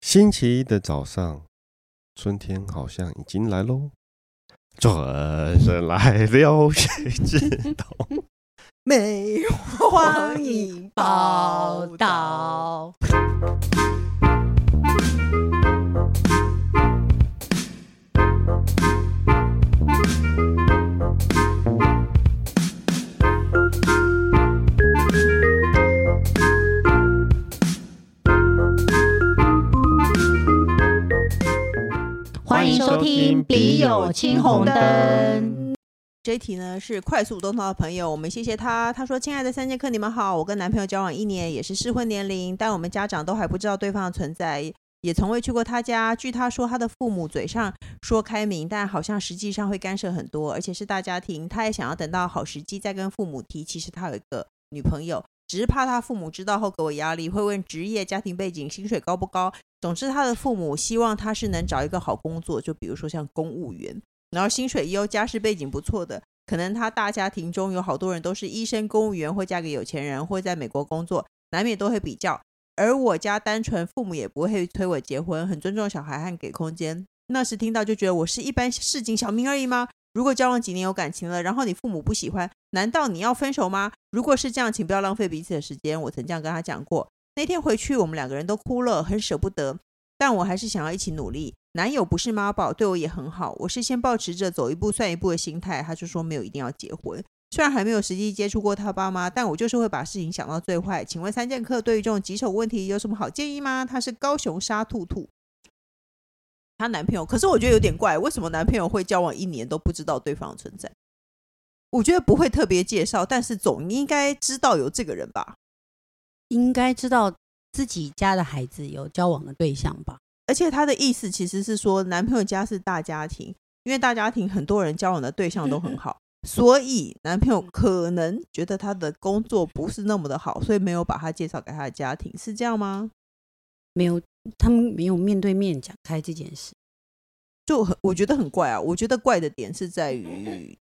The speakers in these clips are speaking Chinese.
星期一的早上，春天好像已经来喽。春神来了，谁知道？美欢迎报道。欢迎收听《笔友青红灯》。这一题呢是快速动态的朋友，我们谢谢他。他说：“亲爱的三剑客，你们好，我跟男朋友交往一年，也是适婚年龄，但我们家长都还不知道对方的存在，也从未去过他家。据他说，他的父母嘴上说开明，但好像实际上会干涉很多，而且是大家庭。他也想要等到好时机再跟父母提，其实他有一个女朋友，只是怕他父母知道后给我压力，会问职业、家庭背景、薪水高不高。总之，他的父母希望他是能找一个好工作，就比如说像公务员。”然后薪水优，家世背景不错的，可能他大家庭中有好多人都是医生、公务员或嫁给有钱人，或在美国工作，难免都会比较。而我家单纯，父母也不会催我结婚，很尊重小孩和给空间。那时听到就觉得我是一般市井小民而已吗？如果交往几年有感情了，然后你父母不喜欢，难道你要分手吗？如果是这样，请不要浪费彼此的时间。我曾这样跟他讲过。那天回去，我们两个人都哭了，很舍不得，但我还是想要一起努力。男友不是妈宝，对我也很好。我是先抱持着走一步算一步的心态，他就说没有一定要结婚。虽然还没有实际接触过他爸妈，但我就是会把事情想到最坏。请问三剑客对于这种棘手问题有什么好建议吗？她是高雄沙兔兔，她男朋友，可是我觉得有点怪，为什么男朋友会交往一年都不知道对方的存在？我觉得不会特别介绍，但是总应该知道有这个人吧。应该知道自己家的孩子有交往的对象吧？而且他的意思其实是说，男朋友家是大家庭，因为大家庭很多人交往的对象都很好，所以男朋友可能觉得他的工作不是那么的好，所以没有把他介绍给他的家庭，是这样吗？没有，他们没有面对面讲开这件事。 就很我觉得很怪啊，我觉得怪的点是在于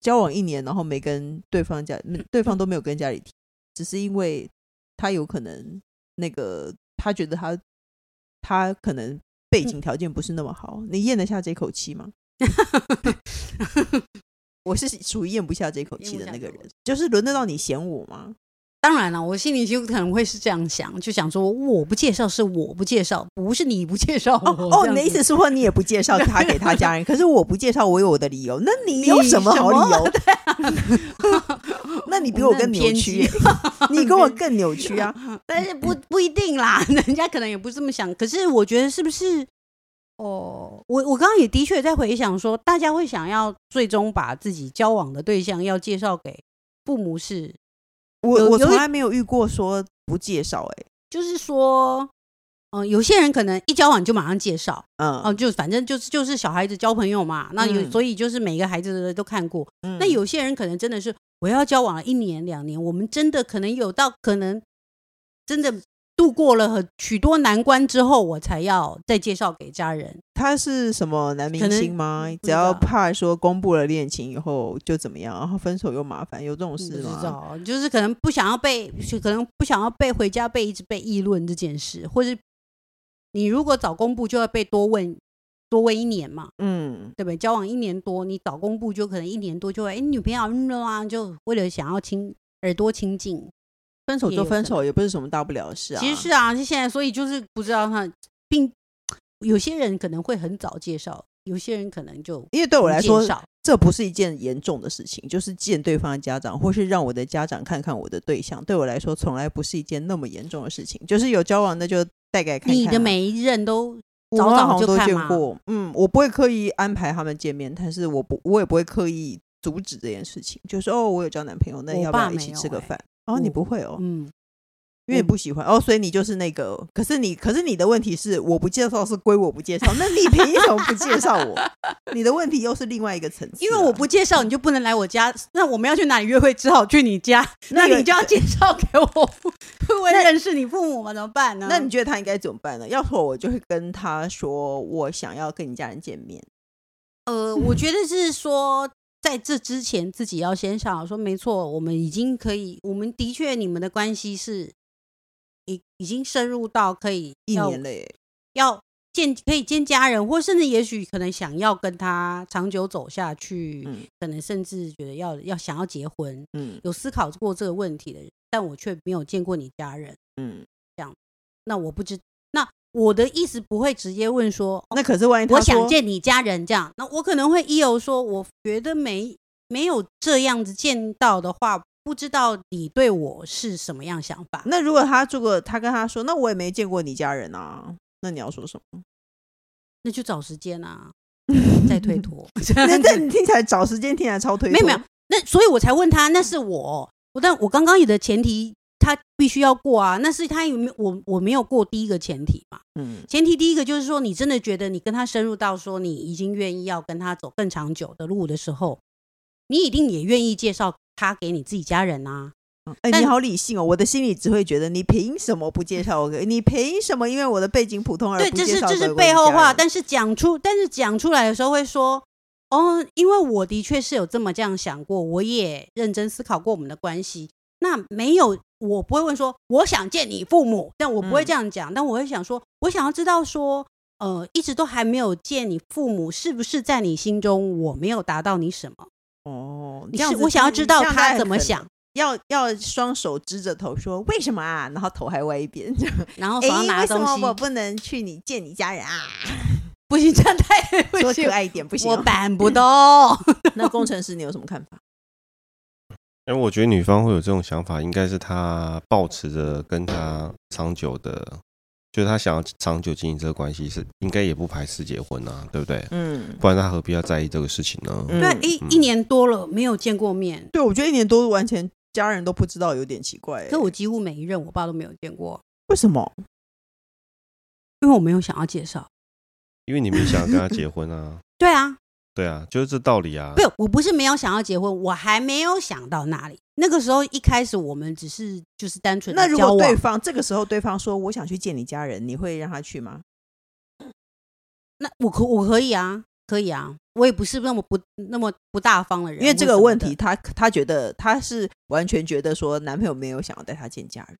交往一年，然后没跟对方家，对方都没有跟家里提，只是因为他有可能那个他觉得他他可能背景条件不是那么好，你咽得下这口气吗？我是属于咽不下这口气的那个咽人不下，就是轮得到你嫌我吗？当然了，我心里就可能会是这样想，就想说我不介绍是我不介绍，不是你不介绍我。哦哦，你这样子的意思是说你也不介绍他给他 家人，可是我不介绍，我有我的理由。那你你有什么好理什由？ 那你比我更扭曲耶， 你跟我更扭曲 啊！但是不不一定啦， 人家可能也不是这么想。可是我觉得是不是？哦，我我刚刚也的确在回想说，大家会想要最终把自己交往的对象要介绍给父母是，我有我有从一来没有遇过说不介绍，哎，就是说，嗯、有些人可能一交往就马上介绍，哦、嗯，就反正就是就是小孩子交朋友嘛，那有、嗯所以就是每个孩子的都看过，嗯那有些人可能真的是我要交往了一年两年，我们真的可能有到可能真的度过了很许多难关之后，我才要再介绍给家人。他是什么男明星吗可能？嗯只要不知道怕说公布了恋情以后就怎么样，然后分手又麻烦，有这种不事知吗？道，就是可能不想要被，就可能不想要被回家被一直被议论这件事，或是你如果早公布就要被多问多问一年嘛，嗯，对不对？交往一年多，你早公布就可能一年多就会，哎，你女朋友嗯了啊，就为了想要亲耳朵亲近，分手也就有分可手，也不是什么大不了的事啊。其实是啊，是现在，所以就是不知道他，并有些人可能会很早介绍，有些人可能就因为对我不来介说，绍这不是一件严重的事情，就是见对方的家长，或是让我的家长看看我的对象，对我来说从来不是一件那么严重的事情。就是有交往，那就带给看看啊、你的每一任都我早妈早好像就都看见嘛过，嗯，我不会刻意安排他们见面，但是我不，我也不会刻意阻止这件事情。就是哦，我有交男朋友，那我要不爸要一没起有吃个欸饭？哦，你我不会哦，嗯，因为你我不喜欢哦，所以你就是那个。可是你，可是你的问题是，我不介绍是归我不介绍，那你凭什么不介绍我？ 你的问题又是另外一个层次啊、因为我不介绍你就不能来我家，那我们要去哪里约会，只好去你家，那个你就要介绍给我父， 会不会那认识你父母吗？怎么办呢？那你觉得他应该怎么办呢？要说我就会跟他说，我想要跟你家人见面。呃，我觉得是说，在这之前自己要先想好说，没错，我们已经可以，我们的确你们的关系是已已经深入到可以一要年了耶，要见可以见家人，或甚至也许可能想要跟他长久走下去，嗯可能甚至觉得要要想要结婚，嗯有思考过这个问题的人，但我却没有见过你家人，嗯，那我不知那我的意思不会直接问说，哦那可是万一他我想说见你家人这样，那我可能会一有说，我觉得没没有这样子见到的话，不知道你对我是什么样想法。那如果他如果他跟他说，那我也没见过你家人啊，那你要说什 么？那就找时间啊，再推脱。 那这你听起来找时间听起来超推脱，没有没有，那所以我才问他，那是我，我但我刚刚有的前提，他必须要过啊，那是他有没有我我没有过第一个前提嘛？嗯前提第一个就是说，你真的觉得你跟他深入到说你已经愿意要跟他走更长久的路的时候，你一定也愿意介绍他给你自己家人啊。嗯哎、但你好理性哦，我的心里只会觉得你凭什么不介绍我给？你凭什么因为我的背景普通而对，不这介是绍这给我是的背后家话，人但是讲出，但是讲出来的时候会说，哦，因为我的确是有这么这样想过，我也认真思考过我们的关系。那没有，我不会问说我想见你父母，但我不会嗯这样讲，但我会想说，我想要知道说，呃，一直都还没有见你父母，是不是在你心中我没有达到你什么？哦，你这样是子我想要知道他怎么，你这样想，太狠了要要双手支着头说为什么啊，然后头还歪一 边，这样然后手上哎，拿为的什东么西，我不能去你见你家人 啊？不行，这样太 不说行可，爱一点不行嗯我哦、 办不到。那工程师你有什么看法？ 哎，我觉得女方会有这种想法，应该是她保持着跟他长久的，就是她想要长久经营这个关系，是应该也不排斥结婚啊，对不对？ 嗯，不然她何必要在意这个事情呢？嗯对啊，一一嗯年多了没有见过面，对，我觉得一年多完全家人都不知道，有点奇怪、欸。可我几乎每一任我爸都没有见过，为什么？因为我没有想要介绍。因为你没想要跟他结婚 啊，对啊，对啊，就是这道理啊。不，我不是没有想要结婚，我还没有想到那里。那个时候一开始我们只是就是单纯那的如交果对往，方这个时候对方说我想去见你家人，你会让他去吗？那我可我可以啊，可以啊，我也不是那么不那么不大方的人，因为这或个什么问的题，她她觉得她是完全觉得说男朋友没有想要带她见家人，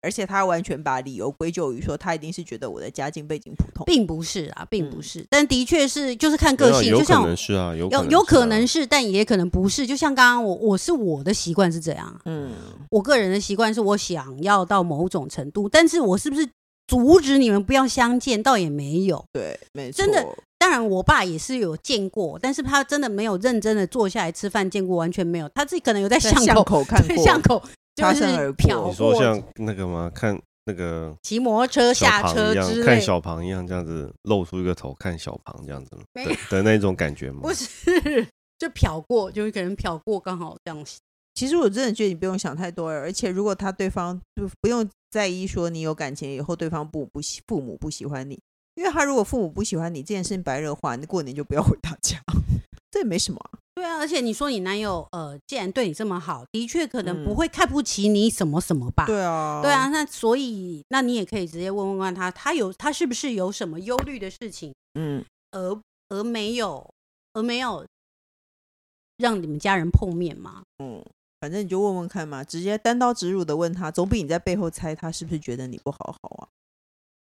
而且她完全把理由归咎于说她一定是觉得我的家境背景普通。并不是啊，并不嗯是，但的确是就是看没有个性，有就可像能是啊，有有能有有可能是，但也可能不是。就像刚刚我我是我的习惯是这样啊，嗯，我个人的习惯是我想要到某种程度，但是我是不是阻止你们不要相见，倒也没有。对，没错，真的当然，我爸也是有见过，但是他真的没有认真的坐下来吃饭见过，完全没有。他自己可能有在在巷巷口，口看对过，巷口就擦身而是过瞟你说过像那个吗？看那个骑摩托车小下庞车一样之，看类，小庞一样这样子露出一个头看小庞这样子没的的那种感觉吗不？是就瞟过，就一个人瞟过，刚好这样。其实我真的觉得你不用想太多了，而且如果他对方就不用在意说你有感情以后对方不不喜父母不喜欢你，因为他如果父母不喜欢你这件事情白热化，你过年就不要回他家， 这也没什么啊、对啊，而且你说你男友呃，既然对你这么好，的确可能不嗯会看不起你什么什么吧？对啊，对啊，，那所以那你也可以直接问问看他，他有他是不是有什么忧虑的事情，嗯而而没有而没有让你们家人碰面吗？嗯，反正你就问问看嘛，直接单刀直入的问他，总比你在背后猜他是不是觉得你不好好啊，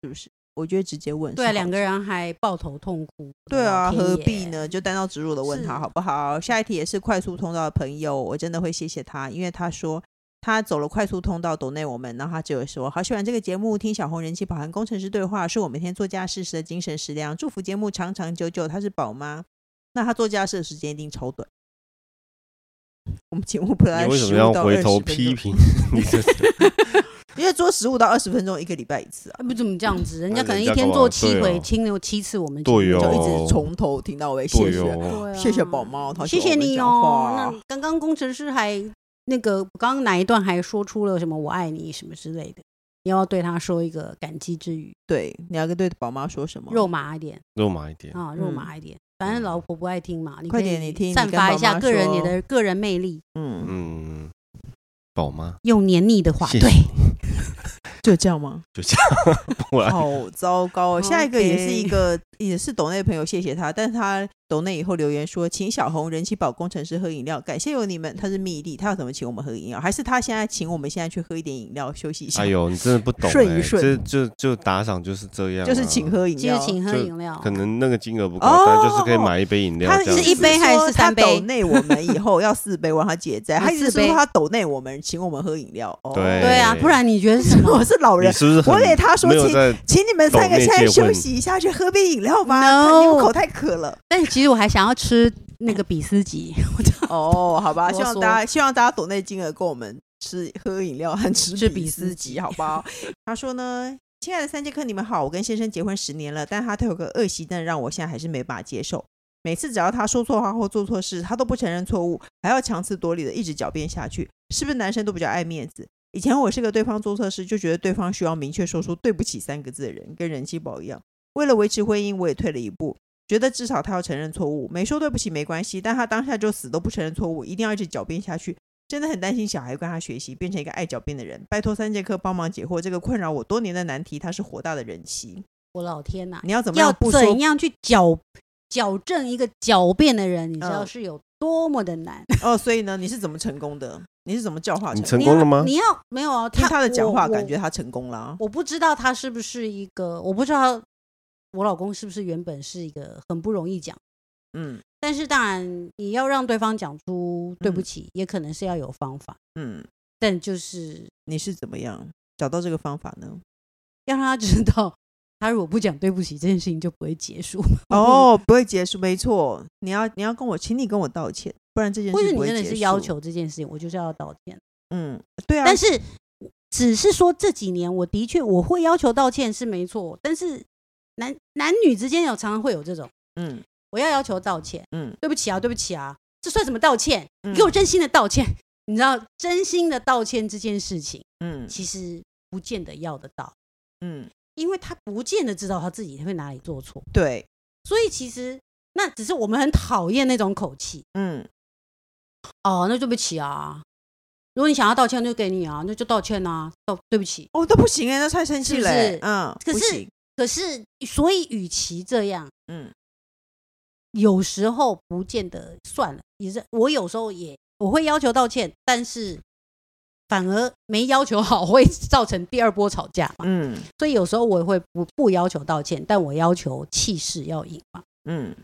是不是？我觉得直接问是对、好的，啊，两个人还抱头痛哭。对啊，老天何爷必？呢？就单刀直入的问他是好不好？下一题也是快速通道的朋友，我真的会谢谢他，因为他说他走了快速通道，懂内我们，然后他只有说好喜欢这个节目，听小红人气宝函工程师对话，是我每天做家事时的精神食粮，祝福节目长长久久。他是宝妈，那他做家事的时间一定超短。我们节目不来你为什十么五要到回20头分批钟 评你的？因为做十五到二十分钟一个礼拜一次啊，哎不怎么这样子，人家那可能哎人一家天干做嘛七对回，哦听了七次我们对节目就哦一直从头听到尾，谢对谢、哦，谢谢宝。猫，他 啊谢喜欢谢我们你讲哦。话啊那刚刚工程师还那个，刚刚哪一段还说出了什么“我爱你”什么之类的，你要不要对他说一个感激之语，对，你要跟对宝妈说什么？肉麻一点肉麻一点，啊，肉嗯麻一点。反正老婆不爱听嘛，你快可点以你听你散跟发爸一下妈个人你说的个人魅力，嗯，嗯，宝妈用黏腻的话，谢谢对，就这样吗？就这样，不然好糟糕、哦！下一个也是 OK 一个也是懂内朋友，谢谢他，但是他抖内以后留言说，请小红人气宝工程师喝饮料，感谢有你们。他是蜜莉，他要怎么请我们喝饮料？还是他现在请我们现在去喝一点饮料休息一下？哎呦，你真的不懂、欸，顺一顺这就就打赏就是这样、啊，就是请，喝饮就是料，请喝就饮料可。能那个金额不够，哦但就是可以买一杯饮料他这样是一子杯还是三杯他抖内我们以后要四杯，我让他 解债。啊他一直四说杯他抖内我们，请我们喝饮料。哦，对对啊，不然你觉得是什 么我是老你人，是不是很我给他说没有请在请你们三抖个内现在结休婚息一下，去喝杯饮料吧。 No 因为我口太渴了。但其实我还想要吃那个比 斯吉，哦，好吧，啰希望嗦大家希望大家抖内金额够我们吃喝饮料和吃吃比比斯斯吉，吉好不好？ 他说呢，亲爱的三节课，你们好，我跟先生结婚十年了，但他都有个恶习，但让我现在还是没办法接受。每次只要他说错话或做错事，他都不承认错误，还要强词夺理的一直狡辩下去，是不是男生都比较爱面子？以前我是个对方做错事就觉得对方需要明确说出“对不起”三个字的人，跟人气宝一样。为了维持婚姻，我也退了一步，觉得至少他要承认错误，没说对不起没关系，但他当下就死都不承认错误，一定要一直狡辩下去，真的很担心小孩跟他学习，变成一个爱狡辩的人。拜托三节课帮忙解惑这个困扰我多年的难题，他是火大的人妻，我老天 呐、你要怎么要样不说怎？样去矫矫正一个狡辩的人，你知道嗯是有多么的难？哦，所以呢，你是怎么成功的？你是怎么教化你成成你功要了吗你要没有啊听他的讲话，我感觉他成功了啊。我我不知道他是不是一个，我不知道我老公是不是原本是一个很不容易讲，嗯但是当然你要让对方讲出对不起，也可能是要有方法，嗯，但就是你是怎么样找到这个方法呢？要让他知道，他如果不讲对不起，这件事情就不会结束。哦，不会结束，没错。你要你要跟我，请你跟我道歉，不然这件或者事你不会真的结束。是要，求这件事情，我就是要道歉。嗯，对啊。但是只是说这几年，我的确我会要求道歉是没错，但是男男女之间有常常会有这种，嗯我要要求道歉，嗯对不起啊，对不起啊，这算什么道歉？嗯，你给我真心的道歉， 你知道真心的道歉这件事情，嗯其实不见得要得到，嗯，因为他不见得知道他自己会哪里做错，对，所以其实那只是我们很讨厌那种口气嗯哦，那对不起啊。如果你想要道歉，就给你啊，那就道歉啊，道对不起。哦，都不行哎，那太生是气不了欸是，嗯，可不是行可是，所以与其这样，嗯有时候不见得算了，也是我有时候也我会要求道歉，但是反而没要求好，会造成第二波吵架嘛。嗯所以有时候我也会不不要求道歉，但我要求气势要赢嘛。嗯，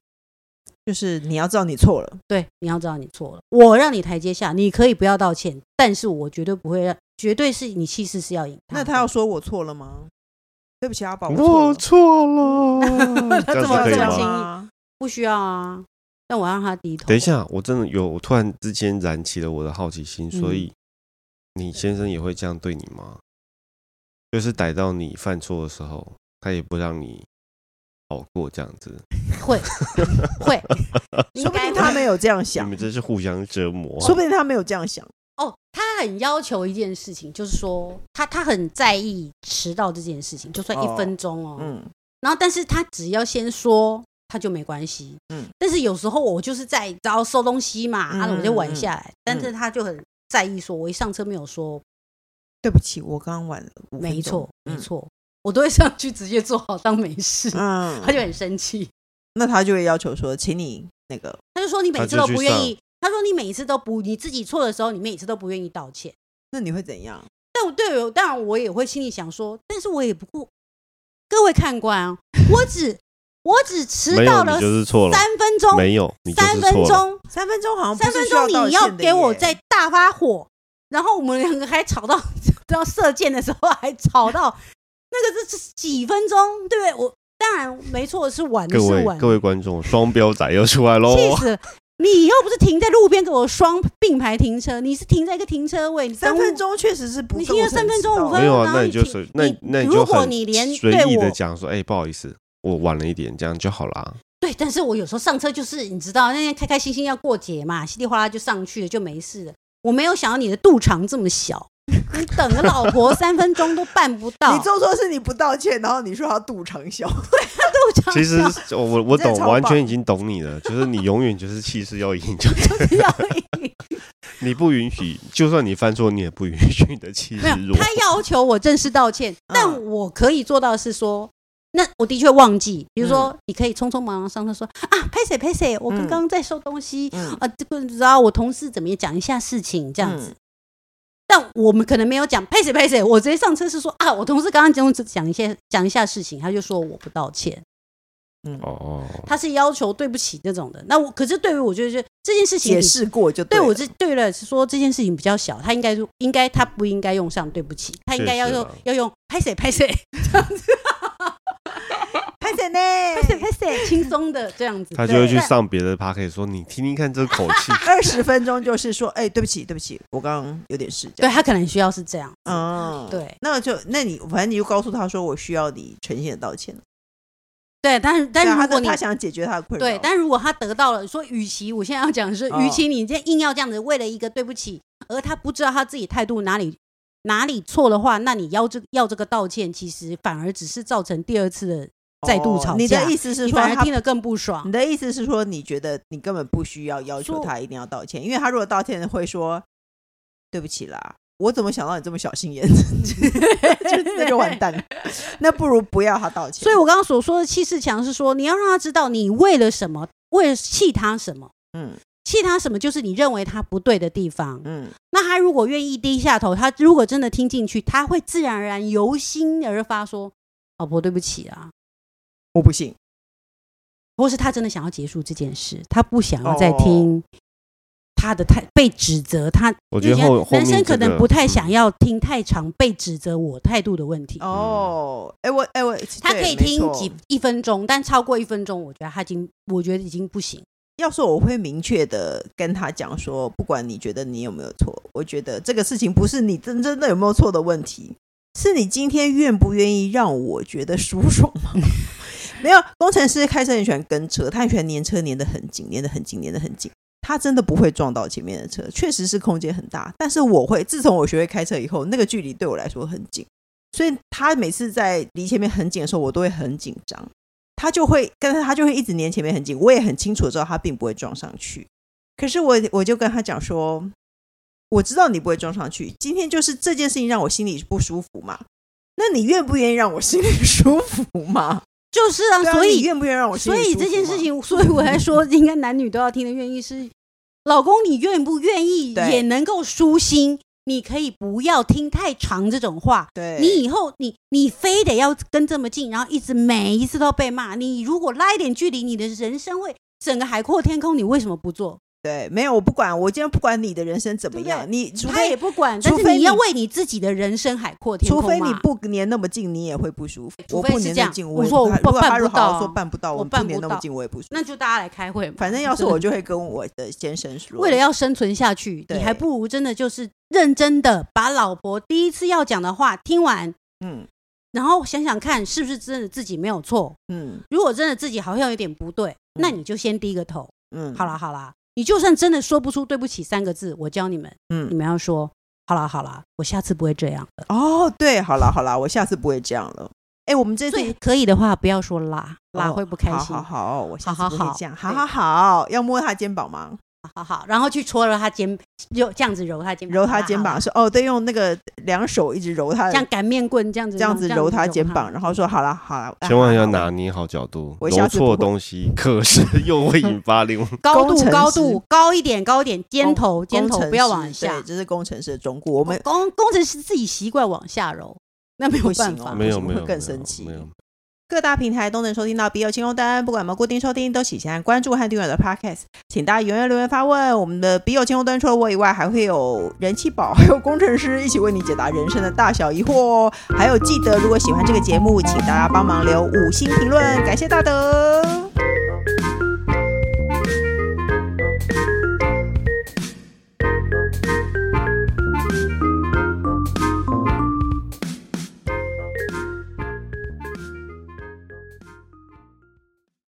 就是你要知道你错了，对，你要知道你错了，我让你台阶下，你可以不要道歉，但是我绝对不会让，绝对是你气势是要赢的。那他要说我错了吗？对不起，阿宝，我错错 了，这这样么子可以这么吗轻？易吗？不需要啊，但我让他低头。等一，下，我真的有，我突然之间燃起了我的好奇心，嗯所以你先生也会这样对你吗？就是逮到你犯错的时候，他也不让你好过这样子， 会会，说不定应该他会没有这样你想，们真是互相折磨啊。说不定他没有这样想，哦，他很要求一件事情，就是说他他很在意迟到这件事情，就算哦一分钟哦。嗯然后，但是他只要先说，他就没关系。嗯嗯，但是有时候我就是在然后收东西嘛，嗯啊，我就晚下来，但嗯是他就很在意说，我一上车没有说，对不起，我刚晚了，五分没错钟，没，错，我都会上去直接做好当没事，嗯 他就很生气，那他就会要求说，请你那个，他就说你每次他都就去不愿意，他说你每一次都不，你自己错的时候，你每次都不愿意道歉。那你会怎样？但我对我当然我也会心里想说，但是我也不顾各位看官啊，我只我只迟没到有，了你就是错了，三分钟，没有，你就三是分错了。钟，三分钟好像不三是分需要钟道你要歉的给我耶再大发火，然后我们两个还吵到 到射箭的时候还吵到，那个是几分钟，对不对？我当然没错，是晚的各是位晚的，各位观众，双标仔又出来喽！气死了！你又不是停在路边给我双并排停车，你是停在一个停车位，你三耽误分钟确实是不够，你听了三分钟五分没有然啊，后那你你就停随那你那你如就果很你连随对意的我讲说，哎，不好意思，我晚了一点，这样就好啦。对，但是我有时候上车就是你知道，那天开开心心要过节嘛，稀里哗啦就上去了，就没事了。我没有想到你的肚肠这么小，你等个老婆三分钟都办不到，你做错事你不道歉，然后你说他肚肠小，肚 肠其实小我我我你真懂，的超完棒全已经懂你了，就是你永远就是气势要赢，就就是要硬你不允许，就算你犯错，你也不允许你的气 没势有弱。他要求我正式道歉，嗯但我可以做到的是说，那我的确忘记，比如说你可以匆匆忙忙上车说啊，拍谁拍谁，我刚嗯刚在收东西 嗯啊，这个你知道我同事怎么也讲一下事情这样子。嗯但我们可能没有讲拍谁拍谁，我直接上车是说啊，我同事刚刚讲讲一些讲一下事情，他就说我不道歉，嗯哦，他是要求对不起这种的。那我可是对于我就是这件事情解比，释过就对了我这对了是说这件事情比较小，他应该是应该他不应该用上对不起，他应该要确实用啊要用拍谁拍谁拍谁拍谁呢？拍谁，轻松的这样子。他就会去对上别的 p a r k 说：“你听听看这口气。二十分钟就是说，哎，对不起，对不起，我刚刚有点事。这对样，他可能需要是这样。哦，对那就那你反正你就告诉他说，我需要你诚心的道歉。对，但是但对啊是如他果的你他想解决他的困扰，对，但如果他得到了，说与其我现在要讲的是，哦与其你这样硬要这样子，为了一个对不起，而他不知道他自己态度哪里哪里错的话，那你要这要这个道歉，其实反而只是造成第二次的再度哦吵架。你的意思是你说反而他听得更不爽你。的意思是说，你觉得你根本不需要要求说他一定要道歉，因为他如果道歉会说对不起啦，我怎么想到你这么小心 眼， 就那就完蛋了。那不如不要他道歉。所以我刚刚所说的气势强是说，你要让他知道你为了什么，为了气他什么。嗯气他什么？就是你认为他不对的地方。嗯那他如果愿意低下头，他如果真的听进去，他会自然而然由心而发说：“老婆，对不起啊。”我不信。或是他真的想要结束这件事，他不想要哦再听他的太被指责。他”我觉得因为后后面男生可这能个不太想嗯要听太长被指责我态度的问题。哦，哎、我哎、我他对可没以听错几一分钟，但超过一分钟，我觉得他已经，我觉得已经不行。要说我会明确的跟他讲说，不管你觉得你有没有错，我觉得这个事情不是你真真的有没有错的问题，是你今天愿不愿意让我觉得舒爽吗？ 没有，工程师开车很喜欢跟车，他很喜欢粘车粘得很紧，粘得很紧，粘得很紧。他真的不会撞到前面的车，确实是空间很大。但是我会，自从我学会开车以后，那个距离对我来说很紧，所以他每次在离前面很紧的时候，我都会很紧张。他就会跟他就会一直粘前面很紧，我也很清楚地知道他并不会撞上去。可是我我就跟他讲说，我知道你不会撞上去，今天就是这件事情让我心里不舒服嘛。那你愿不愿意让我心里 舒服嘛？就是啊，对啊所你以愿不愿意让我心所里舒服嘛以这件事，情，所以我还说，应该男女都要听的愿意是，老公你愿不愿意对也能够舒心，你可以不要听太长这种话。对你以后你你非得要跟这么近，然后一直每一次都被骂。你如果拉一点距离，你的人生会整个海阔天空。你为什么不做？对没有我不管，我今天不管你的人生怎么样，对不你除他也非不管，除但非是你要你为你自己的人生海阔天除空非你嘛不粘那么近，你也会不舒服。除我非不是粘这那么样近，我也不说我太办如果他办如不果好好到说办不到，我我办不粘那么到近，我也不舒服。那就大家来开会嘛。反正要是我就会跟我的先生说，为了要生存下去，你对还不如真的就是认真的把老婆第一次要讲的话听完，嗯然后想想看是不是真的自己没有错。嗯如果真的自己好像有点不对，那你就先低个头。嗯，好啦好啦，你就算真的说不出对不起三个字，我教你们，你嗯，们要说好啦好啦，我下次不会这样了。哦，对，好了好了，我下次不会这样了。哎，我们这所以次可以的话，不要说啦，啦哦会不开心。好好好，我下次好不好会好这样，好对好好，要摸他肩膀吗？好好然后去戳了他肩，就这样子揉他肩膀，揉好他啦肩，好膀啦说，哦，对，用那个两手一直揉他的，像擀面棍这样子嗯这弄，样子揉他肩膀，然后后说好了好了，啊千万要好啦拿捏好角度，我揉下次错不会东西，可是又会引发 另外高工度程高师度高一点高一点，肩工头肩工头程不要师往下对，这是工程师的忠告，我们工工程师自己习惯往下揉，那没有不行办哦法，没有会没有更没有生气没有各大平台都能收听到《笔友清空灯》，不管我们固定收听，都请先按关注和订阅我的 Podcast。请大家踊跃留言发问。我们的《笔友清空灯》除了我以外，还会有人气宝，还有工程师一起为你解答人生的大小疑惑哦。还有记得，如果喜欢这个节目，请大家帮忙留五星评论，感谢大德。